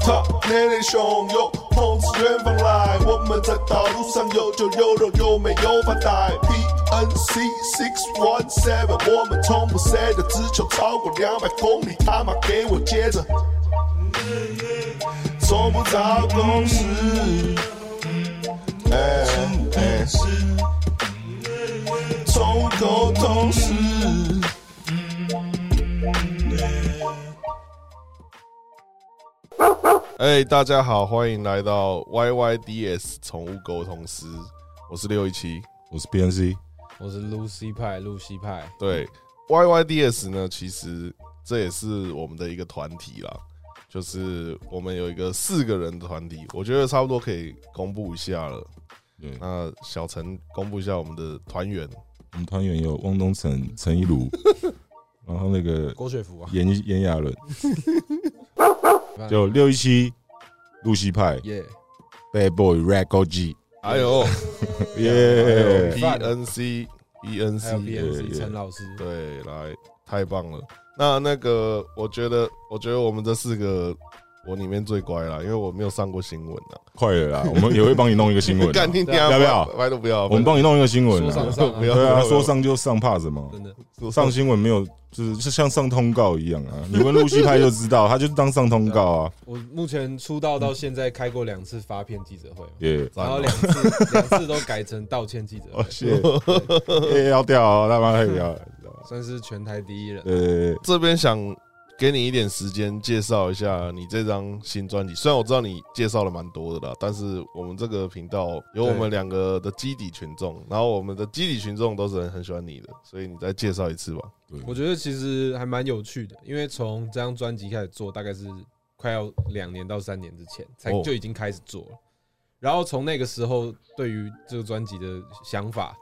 他年龄汹涌，碰自远方来。我们在道路上有酒有肉，又没有发呆。PNC six one seven，我们从不 s 的，只求超过两百公里。他妈给我接着，从不找公司。哎哎，从无沟通时。哎，大家好，欢迎来到 YYDS 宠物沟通师，我是六一七。我是 BNC，我是 Lucy 派，露西派，对，YYDS 呢，其实这也是我们的一个团体啦，就是我们有一个四个人的团体，我觉得差不多可以公布一下了。对那小陈公布一下我们的团员，我们团员有汪东城、陈一儒，然后那个郭雪芙啊，炎炎亚纶，办就六一七露西派耶， Bad Boy Red Go G，还有耶哎！ PNC 还有 PNC，对 BNC 对陈老师，对，来，太棒了。那那个，我觉得，我觉得我们这四个我里面最乖啦，因为我没有上过新闻啊。，快了啦，我们也会帮你弄一个新闻干你娘！啊要不要拜托不要，我们帮你弄一个新闻说上啊。上不要啊，对不啊，要说上就上，怕什么？真的帮上新闻没有，就是就像上通告一样啊。你问露西派就知道，他就是当上通告啊。我目前出道到现在开过两次发片记者会嘛，耶，然后 两次两次都改成道歉记者哦会，谢，耶要掉哦，大妈可以掉了。算是全台第一人。呃，这边想给你一点时间介绍一下你这张新专辑。虽然我知道你介绍了蛮多的啦，但是我们这个频道有我们两个的基底群众，然后我们的基底群众都是很很喜欢你的，所以你再介绍一次吧。对我觉得其实还蛮有趣的，因为从这张专辑开始做，大概是快要两年到三年之前才哦就已经开始做了。然后从那个时候对于这个专辑的想法，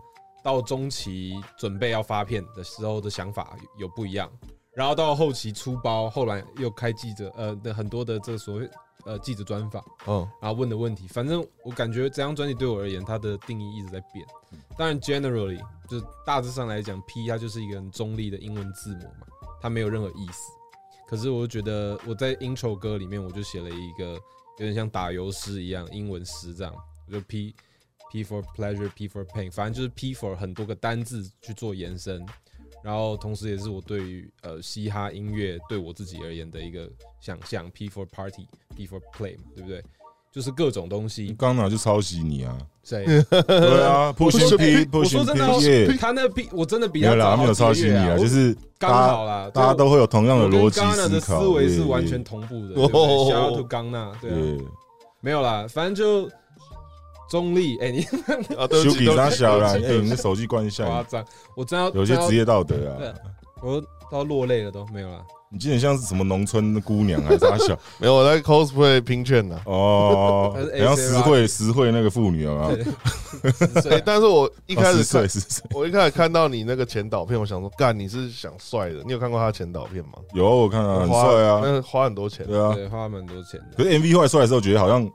到中期准备要发片的时候的想法有有不一样，然后到后期出包，后来又开记者呃的很多的这个所谓呃记者专访。嗯，然后问的问题，反正我感觉这张专辑对我而言，它的定义一直在变。当然，generally 就是大致上来讲，P 它就是一个很中立的英文字母嘛，它没有任何意思。可是我就觉得我在 intro 歌里面，我就写了一个有点像打油诗一样，英文诗这样，我就 P P for pleasure, P for pain，反正就是 P for 很多个单字去做延伸。然后，同时也是我对于呃嘻哈音乐对我自己而言的一个想象，P for party, P for play 嘛，对不对？就是各种东西。刚哪就抄袭你啊？谁？对啊，pushing 呃说 P 我说 pushing 真的哦 P，耶，他那 P 我真的比没有他啦，早他没有好抄几袭个你月啊，啊，就是刚好啦，大家都会有同样的我逻跟辑刚纳的思考，思维是耶完全同步哦的，对不对？小土刚纳，对啊，耶没有啦，反正就中立。哎，你啊，对修不起，比对不他起小啦， 哎，对不起你的手机关一夸下，张，我真要有些职业，业道德啊对。我都要落泪了都没有 啦。你今天像是什么农村的姑娘还是阿小没有我在 cosplay 啊拼券呢。哦， 她是很像 ASL 实惠实惠那个妇女啊，对，十岁哎，但是我一一开始十岁看，十岁我一开始看到你那个前导片，我想说，干你是想帅的。你有看过他的前导片吗？有我看啊，很帅花啊，那花很多钱，对啊。对，哎花蛮多钱的。可是 MV 坏出来的时候，觉得好像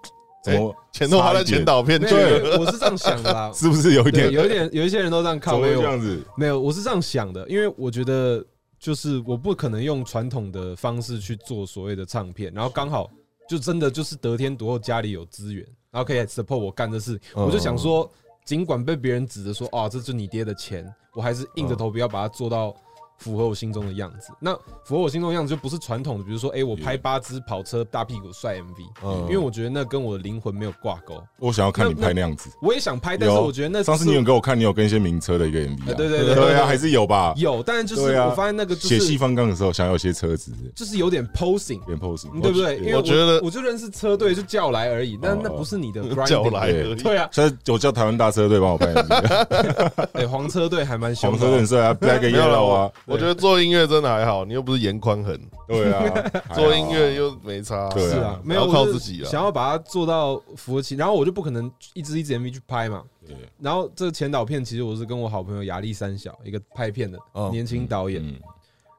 怎么钱都花在差一点前导片去没了。有，我是这样想 。的啦是不是有一对，点有一点，哦有一些人都这样怎看，么我会也这样子？没有，我是这样想的，因为我觉得就是我不可能用传统的方式去做所谓的唱片，然后刚好就真的就是得天独厚，家里有资源，然后可以 support 我干这事，嗯我就想说，尽管被别人指着说啊，这就是你爹的钱，我还是硬着头皮要把它做到。符合我心中的样子，那符合我心中的样子就不是传统的，比如说，哎、我拍八只跑车大屁股帅 MV，、嗯因为我觉得那跟我的灵魂没有挂钩。我想要看你那那拍那样子。我也想拍，哎但是有我觉得那上次是你有给我看，你有跟一些名车的一个 MV 呃啊，对对对对啊，还是有吧。有，但是就是对啊我发现那个就是写戏方刚的时候，想要有些车子就是有点 posing，连 pose，嗯对不对？因为我觉得哦我就认识车队就叫来而已，但那不是你的 grinding 叫来而已对啊，现在我叫台湾大车队帮我拍 MV，哎，黄车队还蛮小凶车队的很。帅啊，Black 没有了 Yellow 啊，我觉得做音乐真的还好，你又不是严宽很，对 啊，做音乐又没差。对是啊啊，没有要靠我就自己啊想要把它做到服得起，然后我就不可能一支一支 MV 去拍嘛。对然后这个前导片其实我是跟我好朋友亚历山小一个拍片的哦年轻导演，嗯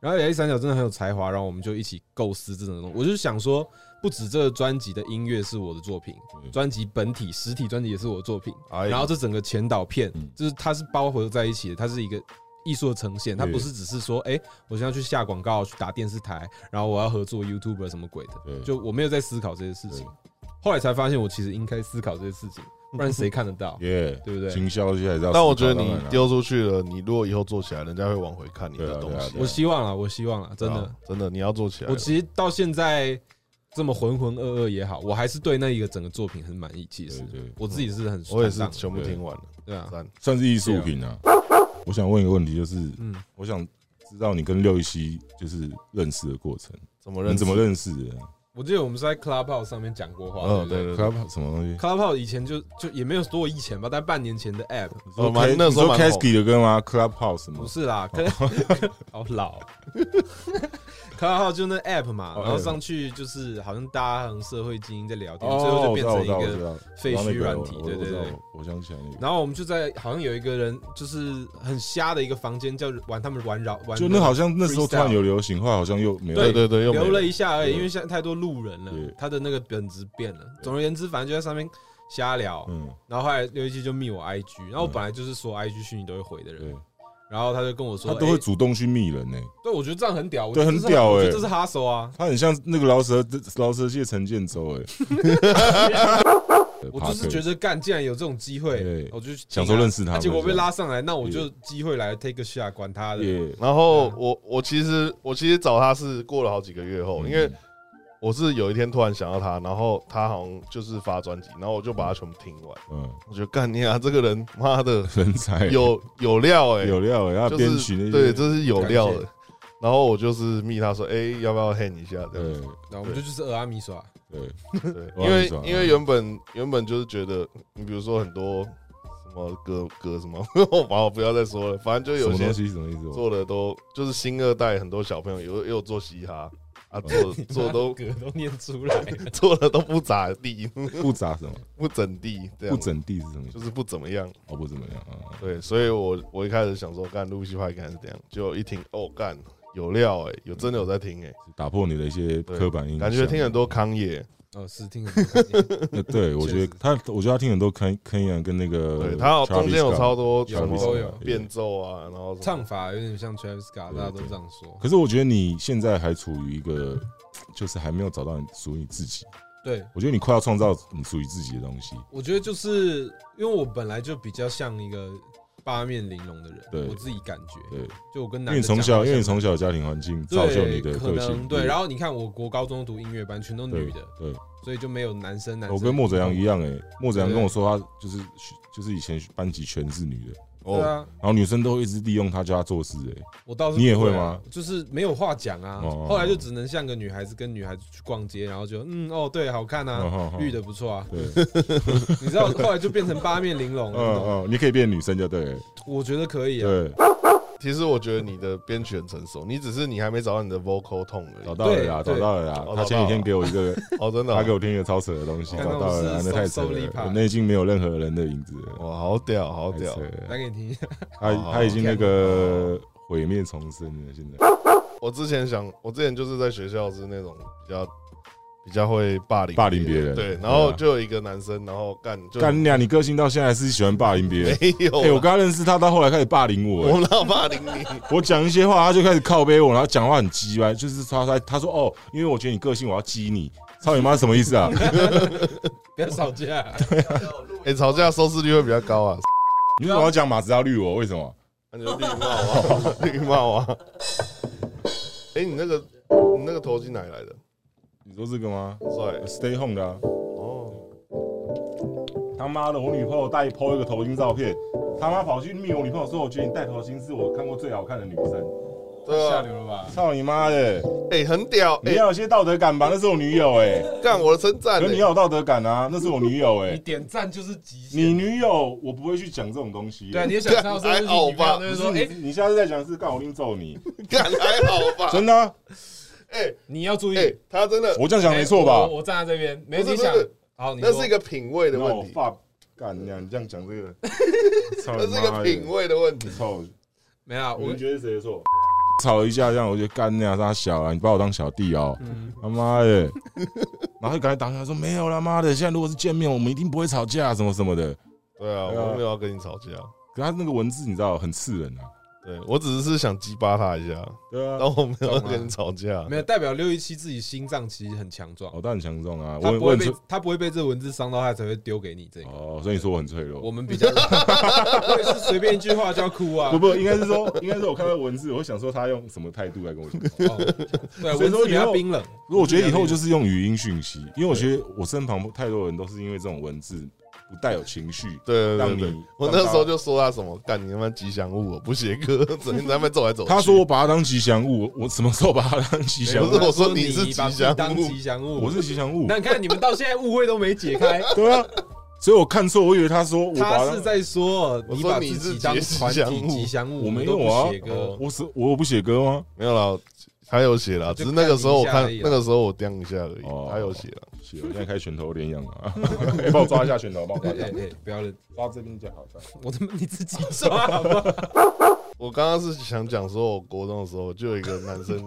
然后亚历山小真的很有才华，然后我们就一起构思这种东西。我就是想说，不止这个专辑的音乐是我的作品，嗯专辑本体实体专辑也是我的作品，哎然后这整个前导片嗯就是它是包合在一起的，它是一个艺术的呈现，它对不是只是说，哎、我现在去下广告、去打电视台，然后我要合作 YouTuber 什么鬼的，对，，就我没有在思考这些事情。后来才发现，我其实应该思考这些事情，不然谁看得 到耶，对不对？啊行销这些还是要思考。但我觉得你当然啊丢出去了，你如果以后做起来，人家会往回看你对的啊东西对啊对啊啊。我希望了，我希望了，对真的啊，真的，你要做起来我了。其实到现在这么浑浑噩噩也好，我还是对那一个整个作品很满意。其实对对我自己是很，我也是坦荡的全部听完了，对啊，赞。算是艺术品啊。我想问一个问题，就是嗯，我想知道你跟六一七就是认识的过程，怎么你认？们怎么？认识的啊？我记得我们是在 Clubhouse 上面讲过话，嗯，对对对不对对， Club 什么东西？ Clubhouse 以前就就也没有多以前吧，大概半年哦前的 App，你我说们 K- 那时候你说蛮红 Kasky 的歌吗？Clubhouse 吗不？是啦，可 好老哦。Clubhouse 就那 App 嘛，哦然后 app 上去就是好像大家好像社会精英在聊天，最后哦，就我知变道，成我一知道，我知个道，废然后墟那个软体，我对对，我对知。道我想起来那个，然后我们就在好像有一个人就是很瞎的一个房间，叫玩他们玩饶玩就那个好像那时候突然有流行，后来好像又没有。对对对，又没留了了一下而已，对因为现在太多路人了对，他的那个本质变了。总而言之，反正就在上面瞎聊。嗯，然后后来刘一七就密我 IG，然后我嗯本来就是说 IG 讯息都会回的人对，，然后他就跟我说，他都会欸主动去密人呢，对，我觉得这样很屌，我对觉得这是很屌欸我觉得这是哈手啊，他很像那个饶舌饶舌界陈建州哎。我就是觉得得干，既然有这种机会对，我就去想听说啊认识他啊们，结果被拉上来，那我就机会来 take a shot，管他的，耶，然后嗯我我其实我其实找他是过了好几个月后，哦嗯因为我是有一天突然想到他，然后他好像就是发专辑，然后我就把他全部听完，嗯，我觉得干你啊，这个人妈的人才有有料哎、 有料欸，他就是编曲那些对，这是有料感的。然后我就是密他说，哎、要不要 hand 一下这样对子？然后我们就就是俄阿米耍，对，对，我因为很爽啊因为原本原本就是觉得，你比如说很多什么歌歌什么， 我把我不要再说了，反正就什有么些东西什么意思？我做的都就是新二代，很多小朋友有也有做嘻哈啊，哦做 做 都歌都念 出来，做的都不咋地，不咋什么，不怎地，这样不整地是什么意思？就是不怎么样。哦，不怎么样啊。对，所以我我一开始想说干露西派干是这样，就一听哦干有料哎、嗯有真的有在听哎、打破你的一些刻板印象，感觉听很多康也，哦，是听很多概念，呃。对，我觉得他，我觉得他听很多坑坑样跟那个，对他有中间有超。多什 Travis 么 Scott 都有变奏啊，然后什么唱法有点像 Travis Scott，对大家都这样说，可是我觉得你现在还处于一个，就是还没有找到你属于你自己。对。我觉得你快要创造你属于自己的东西。我觉得就是因为我本来就比较像一个八面玲珑的对人，我自己感觉，对，就我跟因男为你的讲从话小，因为你像从小家庭环境对造就你的可个能性。对，然后你看，我国高中读音乐班，全都女的，对，所以就没有男生。男生我跟莫泽阳一，样哎，莫泽阳对跟我说他就是就是以前班级全是女的，对哦啊，然后女生都会一直利用他叫他做事哎。我倒是哦你也不会啊吗？就是没有话讲啊，哦后来就只能像个女孩子跟女孩子去逛街，然后就嗯哦对，好看啊，哦，绿。的不错啊对，你知道后来就变成八面玲珑 嗯了，你懂嗯，你可以变女生就对了，我觉得可以啊，对，其实我觉得你的编曲很成熟，你只是你还没找到你的 vocal tone 而找已。到了啦，对找到了啦哦。他前几天给我一个，哦，真的哦、 他给我听一个超扯的东西，看找到了啦，那种是那太扯 so- so 厉害了，我那已经没有任何人的影子了，哇，好屌，好屌太！扯了来给你听一下，他哦他已经那个毁灭重生了，现在。我之前想，我之前就是在学校是那种比较比较会霸凌霸凌别人对，对啊然后就有一个男生，然后干就干你啊俩，你个性到现在还是喜欢霸凌别人。没有啊，哎、我刚认识他，到后来开始霸凌我、我欸。哪有霸凌你？我讲一些话，他就开始靠背我，然后讲话很鸡歪，就是他他他说哦，因为我觉得你个性，我要激你。操你妈什么意思 啊？不要啊 吵架，哎，吵架收视率会比较高啊，你怎么要讲马子要绿我？为什么？那就绿帽啊，绿帽啊！哎，你那个你那个头巾哪里来的？你说这个吗帅？Stay home 的、啊，哦，他妈的，我女朋友带抛一个头巾照片，他妈跑去密我女朋友说，我觉得你戴头巾是我看过最好看的女生。对下啊，流了吧？操你妈的！哎，很屌，你哎，要有些道德感吧，那是我女友哎、干我的称赞可欸，是你要有道德感啊，那是我女友哎、你点赞就是极限，你哎女友我不会去讲这种东西、欸对啊，你也想知道说还好吧不就是说，你哎，，你下次再讲是干我一定揍你，干还好吧？真的啊、哎你要注意，哎，他真的，我这样讲没错吧哎我？我站在这边，没不是你想不是，好，你那说是一个品味的那问我题，爸干你娘，你这样讲这个，操那你是一妈个品的！味的问题。操，没有啊，你我们觉得谁的错？嗯 吵一架这样，我觉得干你娘他小啊，你把我当小弟哦、嗯，他妈的！ 然后就赶紧打开说没有啦，妈的！现在如果是见面，我们一定不会吵架什么什么的。对啊，对啊我没有要跟你吵架。可他那个文字你知道很刺人啊，对我只是想激巴他一下，对啊但，我没有懂吗跟你吵架。没有代表六一七自己心脏其实很强壮，哦，但很强壮啊，他我不我会很被脆他不会被这文字伤到，他才会丢给你这个。哦，所以你说我很脆弱我。们比较， 我也是随便一句话就要哭啊不。不，应该是说，应该是我看到文字，我会想说他用什么态度来跟我讲话。哦所对，以文说字以比较后冰冷， 如果我觉得以后就是用语音讯息，因为我觉得我身旁太多人都是因为这种文字不带有情绪，对对让对你对，我那时候就说他什么，干你他妈吉祥物哦，不写歌，整天在那边走来走去。他说我把它当吉祥物，我什么时候把它当吉祥不是物？我说你你是吉把自己祥当物吉祥物，我是吉祥物那，你看你们到现在误会都没解开，对啊，所以我看错，我以为他说我把他它是在说我你说把你自是己当吉团祥体物吉祥物，我没都有啊不写歌，我是我不写歌吗？没有啦，他有写啦，只就是那个时候我干看你一下而已啦那个时候我掂一下而哦已，他有写啦。写，我现在开拳头连养 啊，哎帮我抓一下拳头，帮我抓哎一 下哎，哎，不要了，抓这边就好。我他妈你自己抓好不好？我刚刚是想讲说，我国中的时候就有一个男生，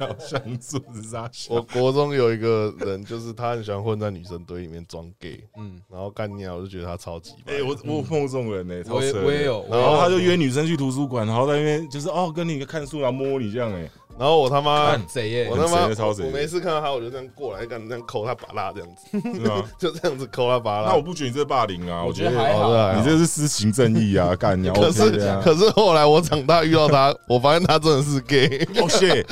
要想做是啥？我国中有一个人，就是他很喜欢混在女生堆里面装 gay，嗯，然后干你啊，我就觉得他超级白。哎，我我有碰过这种人呢，超我也扯的我也。有，我也然然后他就有约女生去图书馆，然后在那边就是哦，跟你看书，然后摸你这样哎，然后我他妈，很贼耶我，他妈很贼超贼我每次看到他，我就这样过来，干这样抠他把蜡这样子，是 吗？就这样子抠他把那我蜡。不觉得你这霸凌啊，我我觉觉得得还好 好，的，你这是施行正义啊，干你啊可 OK 是的啊，可是后来我长大遇到他，我发现他真的是 gay，哦 shit，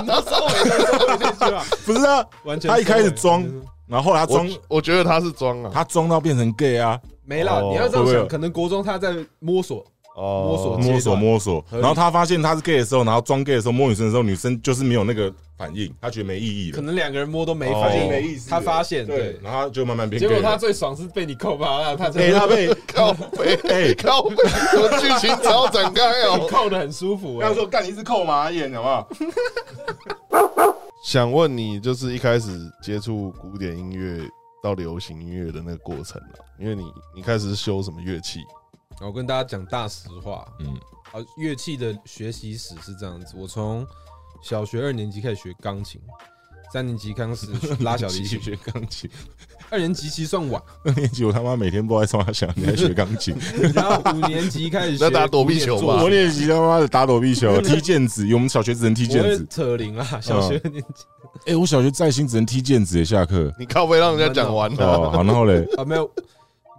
你都收尾了，收尾这句话，不是啊，完全他一开始装收尾了然后后来他我装我觉得他是装啊，他装到变成 gay 啊，没啦，哦你要这样会不想，会可能国中他在摸索，摸摸索阶摸段索摸索，合理然后他发现他是 gay 的时候，然后装 gay 的时候摸女生的时候，女生就是没有那个反应，他觉得没意义可了，能两个人摸都没哦反就应，是没意思他了发现对，然后他就慢慢变结 gay 果了。他最爽是被你扣巴了，他哎，真他 的被靠 背哎，靠背，什么剧情超展开被哦。扣的很舒服哎，说干你是扣马眼好不好？ 想问你，就是一开始接触古典音乐到流行音乐的那个过程啊，因为你你开始是修什么乐器？我跟大家讲大实话，嗯，啊，乐器的学习史是这样子，我从小学二年级开始学钢琴，三年级开始拉小 提琴，学钢琴，二年级其实算晚，那年级我他妈每天不知道在冲他想你在学钢 琴， 然后五年级开始学那打躲避球吧古典作曲我练习他妈的打躲避 球、踢毽子，我们小学只能踢毽我会子。嗯扯铃啦，小学二年级、哎，我小学在新只能踢毽子，下课。你靠背让人家讲完了、哦，好，然后 嘞，啊没有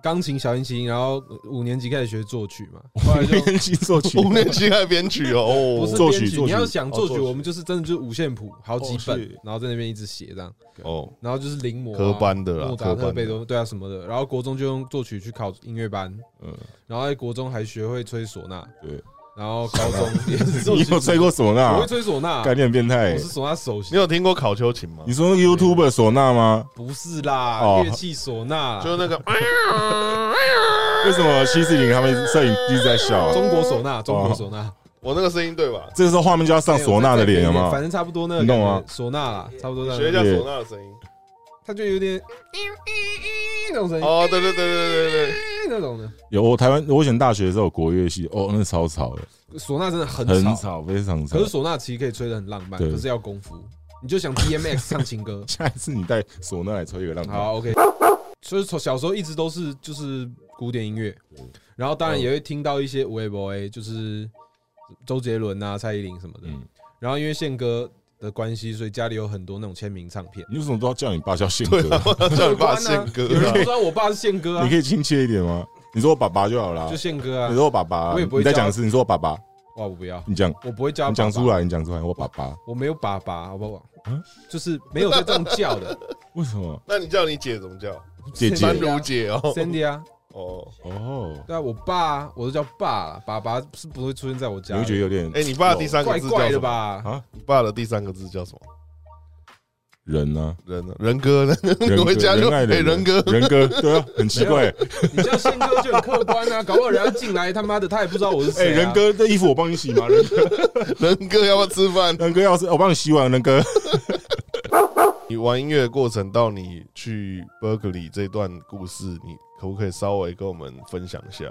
钢琴小提琴，然后五年级开始学作曲嘛，后来就练习作曲，五年级还编曲哦， 不是哦作编曲作你曲要想作哦曲，作曲我们就是真的就是五线谱好几哦是本，然后在那边一直写这样，哦，然后就是临摹啊科班的啦莫，科扎特、班贝的多对啊什么的，然后国中就用作曲去考音乐班，嗯，然后在国中还学会吹唢呐，对，然后高中也是作 你曲，有吹过唢我呐欸会？吹唢呐，概念变态我。是唢呐首席你，有听过考秋琴吗？你说 YouTube 唢呐吗？不是啦，哦乐器唢呐，就是那个，啊为什么七四零他们摄影一直在笑？啊中国唢呐，中国唢呐， 我那个声音对吧？这个时候画面就要上哦唢呐的脸，有没吗？反正差不多那个你懂啊吗感觉唢呐啦，差不多那学一个，下唢呐的声音。他就有点那种声音，哦，对对对对对对，那种的。有我台湾，我以前大学的时候有国乐系，哦，那超吵的，唢呐真的很很吵，吵，非常吵可。是唢呐其实可以吹得很浪漫，对，可是要功夫。你就想 DMX 唱情歌 下一次你带唢呐来吹一个浪漫，好 OK。所以从小时候一直都是就是古典音乐，嗯然后当然也会听到一些无 A b A，就是周杰伦啊、蔡依林什么的。嗯，然后因为宪哥的关系，所以家里有很多那种签名唱片。你为什么都要叫你爸叫宪哥？啊叫你爸宪哥有人啊不知道我爸是宪哥 你啊可，以亲切一点吗？你说我爸爸就好啦就。宪哥啊你。说我爸爸，我也不会你再叫讲一次，你说我爸爸，哇，我不要，你讲，我不会叫他你讲爸爸出，来，你讲出来，我爸爸，我没有爸爸，好不好嗯？就是没有在这样叫的。为什么？那你叫你姐怎么叫？姐姐三如姐哦， Sandy 啊，哦，哦，对啊，我爸、啊，我都叫爸啦，爸爸是不会出现在我你家会里，觉得有点哎，你爸的第三个怪字叫怪什的么？吧？啊你爸的第三个字叫什么？人 呢？人呢？人哥呢？人回家就人爱的哎人哥人哥，对啊，很奇怪。 你叫宪哥就很客观啊，搞不好人家进来他妈的他也不知道我是哎，谁、啊。人，哥，这衣服我帮你洗 吗？人哥，人哥要不要吃饭？人哥，要哦是我帮你洗完，人哥，你玩音乐的过程到你去 Berkeley 这段故事，你可不可以稍微跟我们分享一下？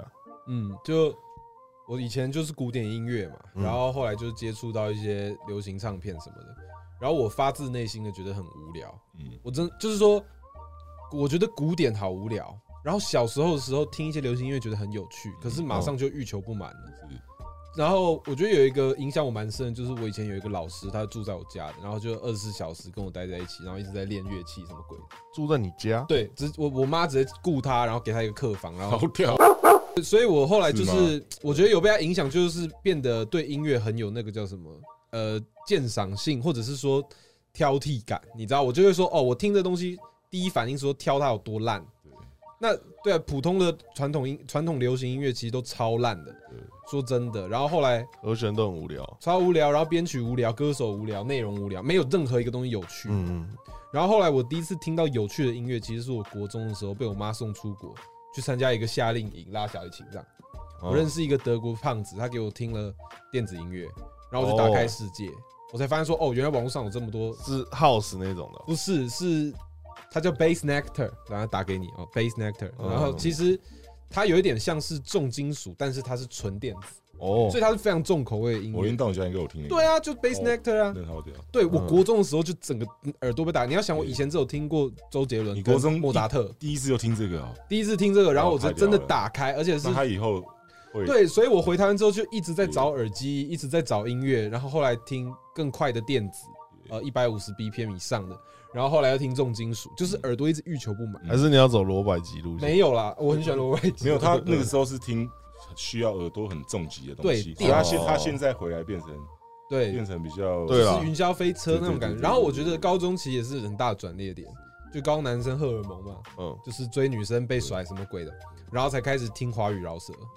嗯，就我以前就是古典音乐嘛，嗯然后后来就是接触到一些流行唱片什么的，然后我发自内心的觉得很无聊，嗯，我真就是说，我觉得古典好无聊。然后小时候的时候听一些流行音乐觉得很有趣，可是马上就欲求不满了。然后我觉得有一个影响我蛮深的，就是我以前有一个老师，他住在我家的，然后就二十四小时跟我待在一起，然后一直在练乐器什么鬼的。住在你家，对，只我我妈直接雇他，然后给他一个客房，然后好屌，所以我后来就是是，我觉得有被他影响，就是变得对音乐很有那个叫什么呃鉴赏性，或者是说挑剔感，你知道，我就会说哦，我听这东西第一反应说挑它有多烂。那对啊，普通的传统音、传统流行音乐其实都超烂的，说真的。然后后来和弦都很无聊。超无聊，然后编曲无聊，歌手无聊，内容无聊，没有任何一个东西有趣。嗯嗯，然后后来我第一次听到有趣的音乐，其实是我国中的时候被我妈送出国去参加一个夏令营，拉小提琴这样。嗯我认识一个德国胖子，他给我听了电子音乐，然后我就打开世界，我才发现说，哦，原来网络上有这么多，是 house 那种的哦，不是是，他叫 Bass Nectar，然后打给你哦，Bass Nectar，嗯然后其实它有一点像是重金属，但是它是纯电子，哦，所以它是非常重口味的音我已乐经。到你家，应该有听。对，啊，就 Bass 哦 Nectar 啊真，的好屌。对我嗯国中的时候就整个耳朵被打。你要想，我以前只有听过周杰伦、你国中莫扎特，第一次就听这个哦，第一次听这个，然后我太就屌真的了打开，而且是那他以后会对，所以我回台湾之后就一直在找耳机，一直在找音乐，然后后来听更快的电子，呃，一百五十 BPM 以上的，然后后来又听重金嗯属，就是耳朵一直欲求不满。还是你要走罗百吉路线？没有啦，我很喜欢罗威基。没有他那个时候是听需要耳朵很重疾的东西，对所以他现哦他现在回来变成对啊变，成比较对啦是云霄飞车那种对对感对觉。对然后我觉得高中其实也是很大的转捩点，就高中男生荷尔蒙嘛，嗯，就是追女生被甩什么鬼的，然后才开始听华语饶舌，嗯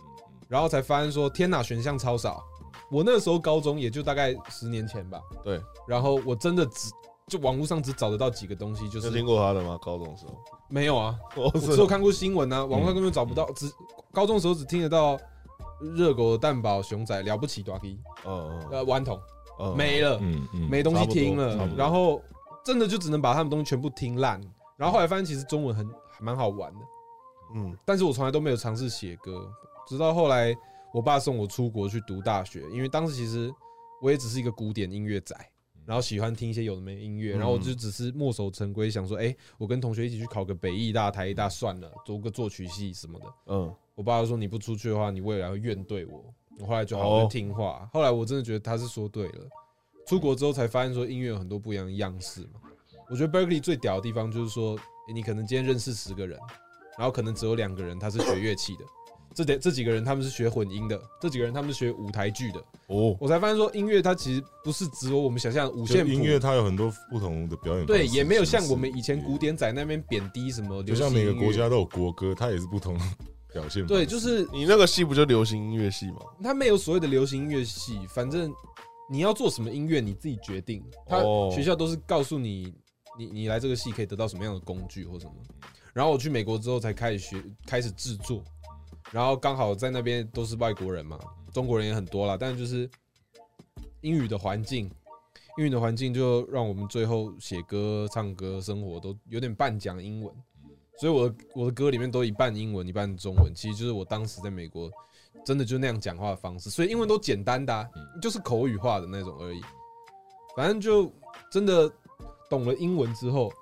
然后才发现说天哪，选项超少。我那时候高中也就大概十年前吧，对。然后我真的只就网络上只找得到几个东西，就你是有听过他的吗？高中时候，没有啊，我我只有看过新闻啊，网络上根本找嗯不到，只高中时候只听得到热狗、蛋堡、熊仔、了不起、短皮、嗯呃、顽童，嗯没了，嗯嗯没东西差听不多差了不，多然后真的就只能把他们东西全部听烂，然后后来发现其实中文很还蛮好玩的。嗯，但是我从来都没有尝试写歌，直到后来我爸送我出国去读大学，因为当时其实我也只是一个古典音乐仔，然后喜欢听一些有的没的音乐，嗯然后我就只是墨守成规，想说，哎、我跟同学一起去考个北艺大、台艺大算了，读个作曲系什么的。嗯，我爸就说你不出去的话，你未来会怨对我。我后来就哦好好听话，后来我真的觉得他是说对了。出国之后才发现说音乐有很多不一样的样式嘛。我觉得 Berkeley 最屌的地方就是说，诶你可能今天认识十个人，然后可能只有两个人他是学乐器的，这得这几个人他们是学混音的，这几个人他们是学舞台剧的。哦，我才发现说音乐它其实不是只有我们想象的五五线谱音乐它有很多不同的表演方式，对，也没有像形式我们以前古，典仔那边贬低什么对就流行像音每乐，个国家都有国歌，它也是不同的表现方式。对，就是你那个系不就流行音乐系吗？它没有所谓的流行音乐系，反正你要做什么音乐你自己决定。他哦学校都是告诉你，你你来这个系可以得到什么样的工具或什么。然后我去美国之后才开始学，开始制作。然后刚好在那边都是外国人嘛，中国人也很多啦，但就是英语的环境，英语的环境就让我们最后写歌、唱歌、生活都有点半讲英文。所以我的我的歌里面都一半英文一半中文，其实就是我当时在美国真的就那样讲话的方式，所以英文都简单的、啊，嗯就是口语化的那种而已。反正就真的懂了英文之后，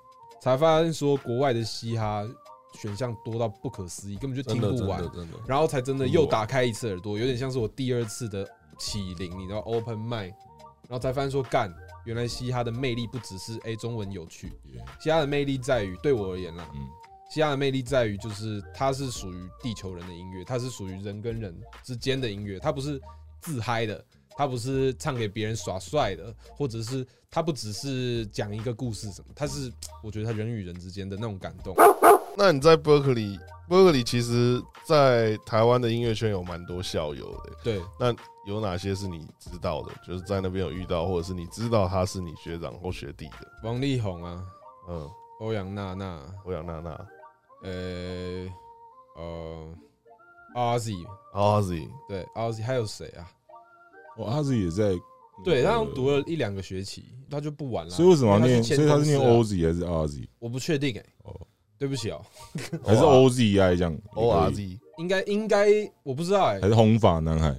才发现说国外的嘻哈选项多到不可思议，根本就真听的，真不完啊的，。真的，然后才真的又打开一次耳朵，有点像是我第二次的启灵，你知道 open mind，然后才发现说干，原来嘻哈的魅力不只是哎中文有趣，嘻哈的魅力在于对我而言啦，嗯西亚的魅力在于，就是它是属于地球人的音乐，它是属于人跟人之间的音乐，它不是自嗨的，它不是唱给别人耍帅的，或者是它不只是讲一个故事什么，它是我觉得它人与人之间的那种感动。那你在 Berkeley，Berkeley 其实，在台湾的音乐圈有蛮多校友的，对，有哪些是你知道的？就是在那边有遇到，或者是你知道他是你学长或学弟的？王力宏啊，嗯，欧阳娜啊娜，欧阳娜娜呃，呃，Ozzy， ，Ozzy，对，Ozzy，还有谁啊？哇，他自己也在那对，个他好像读了一两个学期，他就不玩了。所以为什么要因念？去签所以他是念公司啊 OZ 还是 RZ？我不确定哎、哦对不起哦、还是 O OZI 这样 O R 哦 Z，应该应该我不知道哎、还是红发男孩？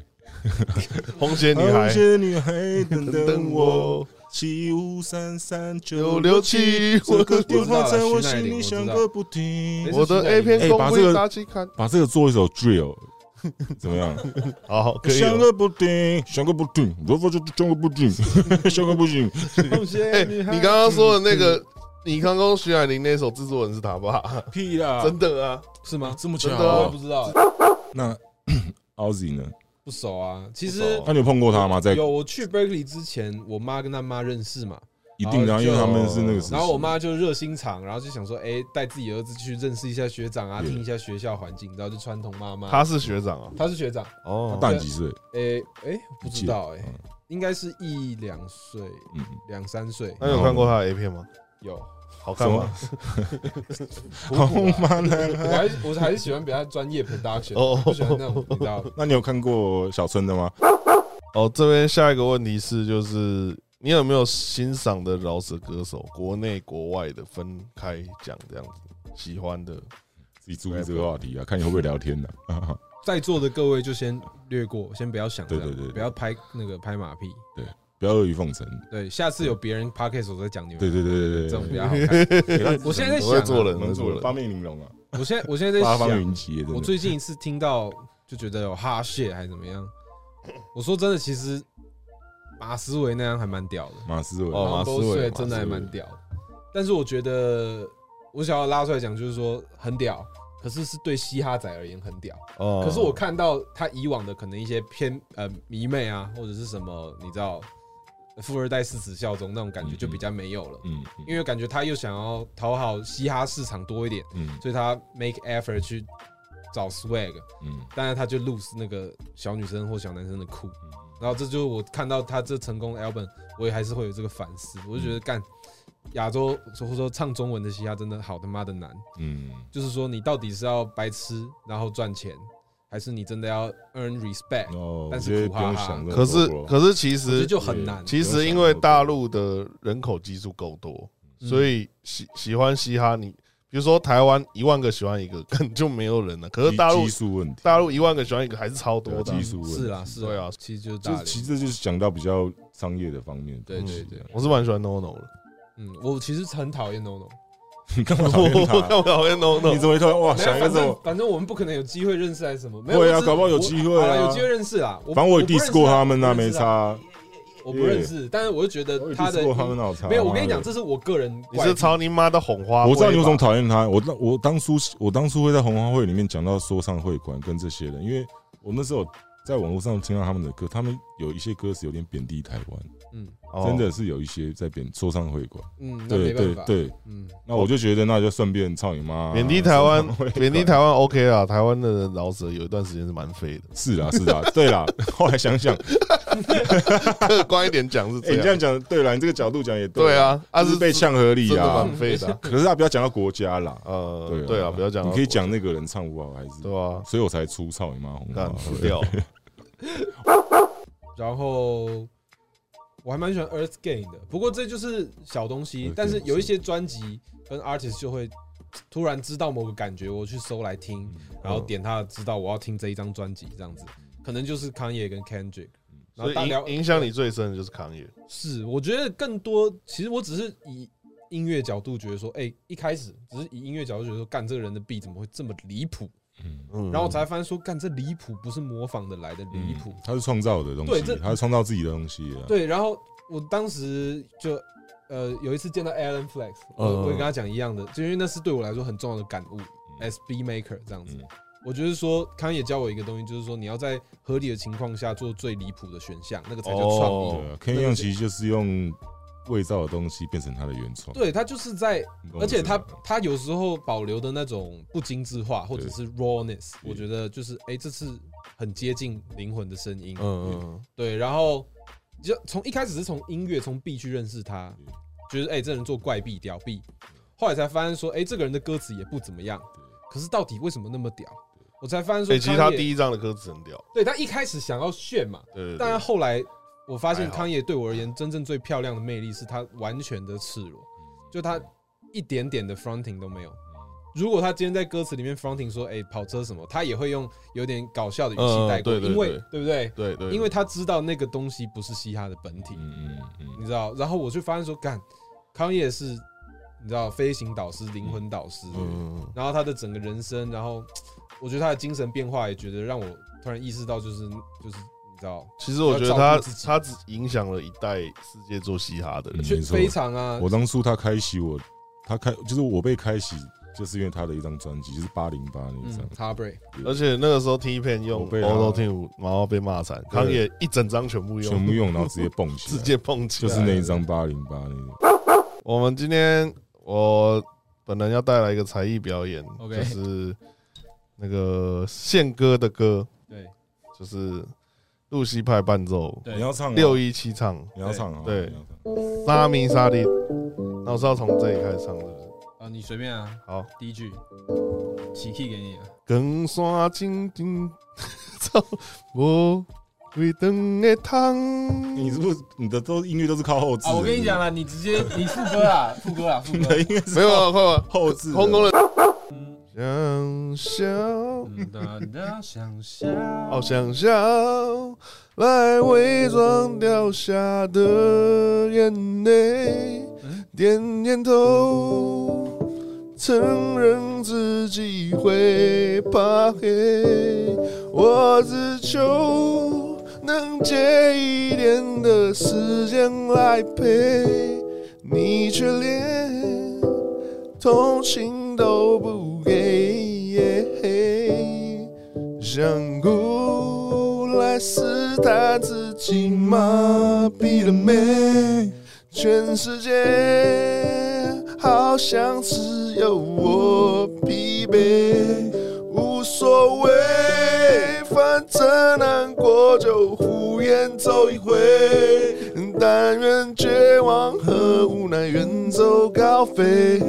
红鞋女红孩，鞋女孩等等等等我，我七五三三九九六六七七，，我这个电话在我徐乃心麟里我知道响个不停哎。我的 A 片哎公把这会个拿去看，把这个做一首 drill，怎么样？好，可以了。哦想个不停，想个不停，我我就想个不停， 想个不停。 哎、你刚刚说的那个，你刚刚徐海宁那首制作人是他爸，屁啦，真的啊？是吗？哦这么巧真的我啊也不知道，那 Ozzy 呢？不熟啊。其实不熟那你有碰过他吗？在有我去 Berkeley 之前，我妈跟她妈认识嘛，一定的啊，然后就因为他们是那个时期。然后我妈就热心肠，然后就想说，哎，带自己儿子去认识一下学长啊，对听一下学校环境，然后就传统妈妈。他是学长啊？她是学长，她哦，大你几岁？哎哎，不知道哎嗯，应该是一两岁、嗯，两三岁那你有看过他的 A 片吗？有。好看吗？普好 普啊妈我呢？还是我还是喜欢比较专业 production，哦不喜欢那种比较那你有看过小春的吗？哦，这边下一个问题是，就是你有没有欣赏的饶舌歌手，国内国外的分开讲这样子，喜欢的？自己注意这个话题啊，看你会不会聊天 呢？在座的各位就先略过，先不要想这样，对对对对不要拍那个拍马屁。不要阿谀奉承。对，下次有别人 podcast 我再讲你们，对对对这种比对较好看。对，我 现在在我会想做啊、人，我会能做做人。八面玲珑啊，我现在我现在在八方想，云集耶，啊真我的。最近一次听到就觉得有哈谢还是怎么样。我说真的，其实马思唯那样还蛮屌的，马思哦马唯，思唯王波穗马思唯真的还蛮屌的。但是我觉得我想要拉出来讲，就是说很屌，可是是对嘻哈仔而言很屌。哦可是我看到他以往的可能一些偏呃迷妹啊，或者是什么，你知道，富二代誓死效忠那种感觉嗯就比较没有了，嗯因为感觉他又想要讨好嘻哈市场多一点，嗯所以他 make effort 去找 swag，嗯但是他就 lose 那个小女生或小男生的酷，嗯然后这就是我看到他这成功的 album，我也还是会有这个反思，我就觉得干亚洲或者说唱中文的嘻哈真的好他妈的难。嗯就是说你到底是要白吃然后赚钱，还是你真的要 earn respect？、嗯，哦，但是我觉得苦不哈哈用想这么可是多了可是其其实实就很难。其实因为大陆的人口基数够多，嗯所以喜喜欢嘻哈你。比如说台湾一万个喜欢一个， 根本就没有人了。可是大陆技术问题，大陆一万个喜欢一个还是超多对的啊、技术问题是啊，是对啊其实就是大就连。其实这就是讲到比较商业的方面。对对对，我是蛮喜欢 NONO 的。嗯，我其实很讨厌 NONO。你干嘛讨厌 我 他？干嘛讨厌你 NONO？怎么会突然哇没有哦想一个反这正种？反正我们不可能有机会认识还是什么？没有会我啊，只搞不好有机会好啦啊。有机会认识啦。我反正我也 diss 过他们啊，啊，没差。啊。我不认识，但是我就觉我得也他 diss 的过他们好差。没有。我跟你讲，妈的这是我个人你怪癖。是朝你妈的哄花会吧？我知道你为什么讨厌他。我当我当初我当初会在红花会里面讲到说唱会馆跟这些人，因为我那时候在网络上听到他们的歌，他们有一些歌是有点贬低台湾，嗯哦真的是有一些在贬说唱会馆。嗯，那对没办对法。，对，嗯，那我就觉得那就顺便操你妈，贬低台湾说唱会，馆。贬低台湾 OK 啦。台湾的饶舌有一段时间是蛮废的是啊， 是啊，对啦。后来想想，啊 客观一点讲是哎，你这样这样，讲对啦，你这个角度讲也对啊，啊，啊就是被呛合理真的啊蛮。废的 啊。可是他不要讲到国家啦，呃对，啊对啊，不要讲到你国，可以讲嗯那个人唱不好还是，对吧？所以我才出操你妈红花干会啊死 掉，然后我还蛮喜欢 Earth Game 的，不过这就是小东 Earth 西 Gang。但是有一些专辑跟 artist 就会突然知道某个感觉，我去搜来嗯嗯听，然后点他知道我要听这一张专辑这样子，可能就是 Kanye 跟 Kendrick。所嗯然后以大聊影影响你最深的就是康也。是，我觉得更多其实我只是以音乐角度觉得说，哎、一开始只是以音乐角度觉得说，干这个人的 B 怎么会这么离谱？哦嗯嗯然后我才发现说，干这离谱不是模仿的来的离谱，嗯嗯他是创造的东对西这，他是创造自己的东西啊。对，然后我当时就呃有一次见到 Alan Flex，我、嗯我也跟他讲一样的，就因为那是对我来说很重要的感悟、啊嗯 s b Maker 这样子。嗯我觉得说康也教我一个东西，就是说你要在合理的情况下做最离谱的选项，那个才叫创意。哦对啊，Ken y o 其实就是用伪造的东西变成他的原创，对他就是在，你懂我而且意思吗他他有时候保留的那种不精致化或者对是 rawness，嗯我觉得就是哎、这是很接近灵魂的声音。嗯嗯对，然后就从一开始是从音乐从 B 去认识他，嗯觉得哎、这人做怪 B 屌 B，后来才发现说哎、这个人的歌词也不怎么样，可是到底为什么那么屌？我才发现所说以其实他康也第一张的歌词很屌，对他一开始想要炫嘛，对对对但是后来我发现还好康也对我而言真正最漂亮的魅力是他完全的赤裸，嗯就他一点点的 fronting 都没有。如果他今天在歌词里面 fronting 说哎、跑车什么，他也会用有点搞笑的语气嗯带过，对对因为对对不对？对对，对因为他知道那个东西不是嘻哈的本体，嗯嗯嗯你知道。然后我就发现说，干，康也是你知道飞行导师、灵魂导师，嗯，然后他的整个人生，然后我觉得他的精神变化也觉得让我突然意识到，就是就是你知道，其实我觉得他要照顾自己他只影响了一代世界做嘻哈的人嗯，确没错非常啊，我当初他开启我，他开就是我被开启，就是因为他的一张专辑，就是八零八那张嗯。，Heartbreak，而且那个时候 T Pen 我用被他 Auto Tune，然后被骂惨，康也一整张全部用，全部用，然后直接蹦起 直来，接蹦起就来，是那一张八零八那个。我们今天我本人要带来一个才艺表演 OK 就是那个宪歌的歌，对就是露西派伴奏，对你要唱啊六，一七唱你要唱啊，对你要唱沙弥沙利，那我是要从这里开始唱，是不是？啊，你随便啊，好，第一句，起 key 给你啊，光山静静 走无归灯的窗，你是不是你的都音乐都是靠后置？啊，我跟你讲了，了，你直接你副歌啦，副歌啦，副你歌的，音乐是没有啊，快吧，后置的，空空的嗯想象。嗯哒哒，想象，好想象来伪装掉下的眼泪，点点头，承认自己会怕黑。我只求能借一点的时间来陪你，却连同情都不给。想过来试探自己麻痹了没？全世界好像只有我疲惫，无所谓，反正难过就敷衍走一回。但愿绝望和无奈远走高飞。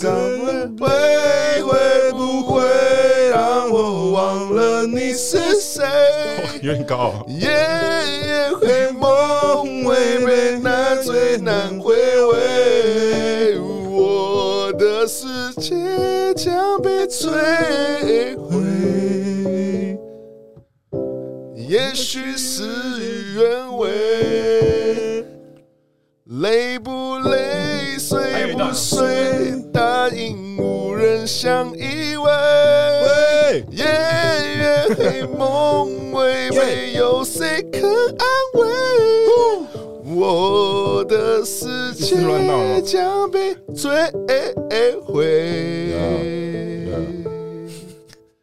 都该会会会不会让我忘了你是谁？有点高 啊。夜夜会梦回味，难最难回味。我的世界将被摧毁，也许事与愿违。累不累，有碎一不段碎，答应无人相依偎。夜夜黑梦寐，没有谁可安慰。我的世界你是乱闹了吗将被摧毁。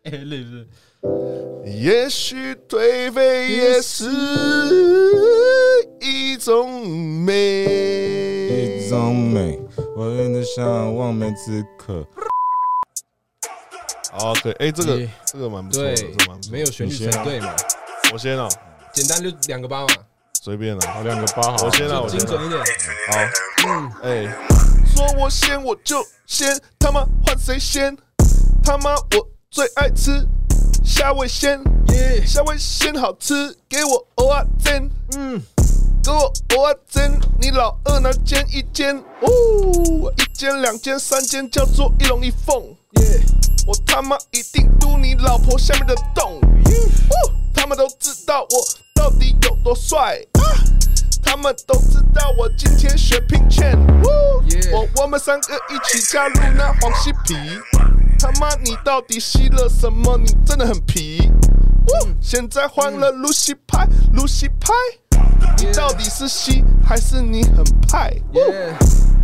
哎，累不累？也许颓废也是一种美。一张美，我愿的向往每此刻。好，可以。哎，这个耶这个蛮不错的，对这个蛮不，错。没有，旋律啊才对嘛，我先啊，简单就两个八嘛，随便啊。好，两个八好。我先啊，我精先啊。准一点，好，嗯，哎，说我先我就先，他妈换谁先？他妈我最爱吃虾味鲜，耶，虾味鲜好吃，给我偶尔煎，嗯，给我偶尔煎，你老二拿煎一煎，哦，一煎两煎三煎叫做一龙一凤。耶，我他妈一定嘟你老婆下面的洞。哦他们都知道我到底有多帅，啊他们都知道我今天学拼券。哦 Yeah 我我们三个一起加入那黄西皮。他妈，你到底吸了什么？你真的很皮。哦现在换了露西派，露西派，你到底是吸还是你很派？耶，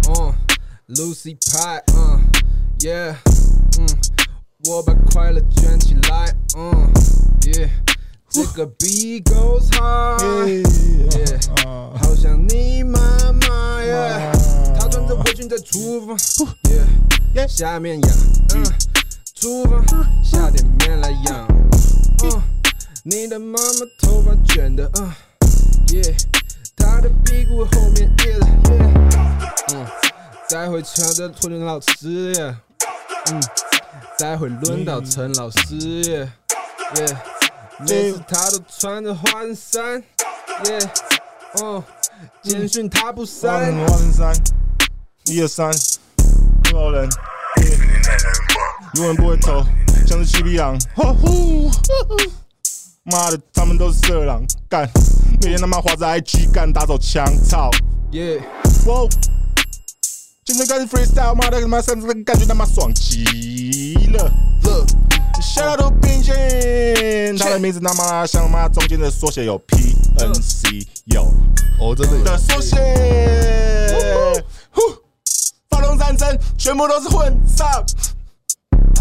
哦，Lucy uh, Pie，嗯，耶，嗯，我把快乐卷起来，嗯，耶，这个 B goes high，耶，好像你妈妈耶，她穿着围裙在厨房，耶，下面痒，嗯，厨房下点面来养，嗯，你的妈妈头发卷的，嗯，耶，她的屁股后面也了，耶。嗯，待会传到托林老师耶，嗯，待会轮到陈老师耶，耶，每次他都穿着花衬衫，耶，哦，简讯他不删，嗯花衬衫，一二三，木头人，永远不会走，像是七匹狼。吼呼妈的，他们都是色狼，干！每天他妈划着 IG 干打手枪，操！耶，哇，现在开始 freestyle，妈的他妈上这个感觉他妈爽极了。乐 Shout out to 冰心，他的名字他妈像妈中间的缩写有 P N C 有哦，真的有的缩写。呼，发动战争全部都是混账，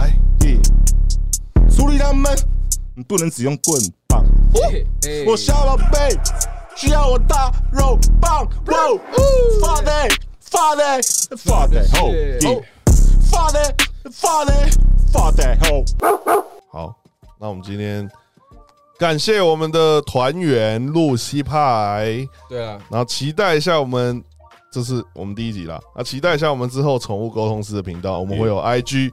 哎耶，处理他们你不能只用棍棒。哎我小宝贝需要我大肉棒，肉发的发的发的吼哦，发的发的发的吼。好，那我们今天感谢我们的团员露西派，对啊，然后期待一下我们。这是我们第一集啦，啊，期待一下我们之后宠物沟通师的频道，我们会有 IG，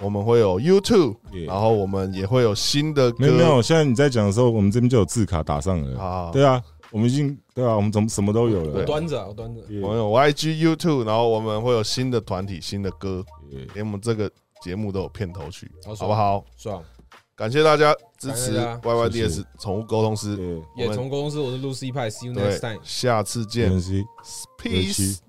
我们会有 YouTube， Yeah 然后我们也会有新的歌，没有没有，现在你在讲的时候，我们这边就有字卡打上了。啊，对啊，我们已经对啊，我们怎么什么都有对了。端着啊，我端着。也我们有 YG、YouTube，然后我们会有新的团体、新的歌，也连我们这个节目都有片头曲，好好不好？爽，感谢大家支持感谢大家 YYDS 宠物沟通师，也野从公司，我是 Lucy 派，See you 对 next time，，嗯下次没见关系，没关，Peace 系。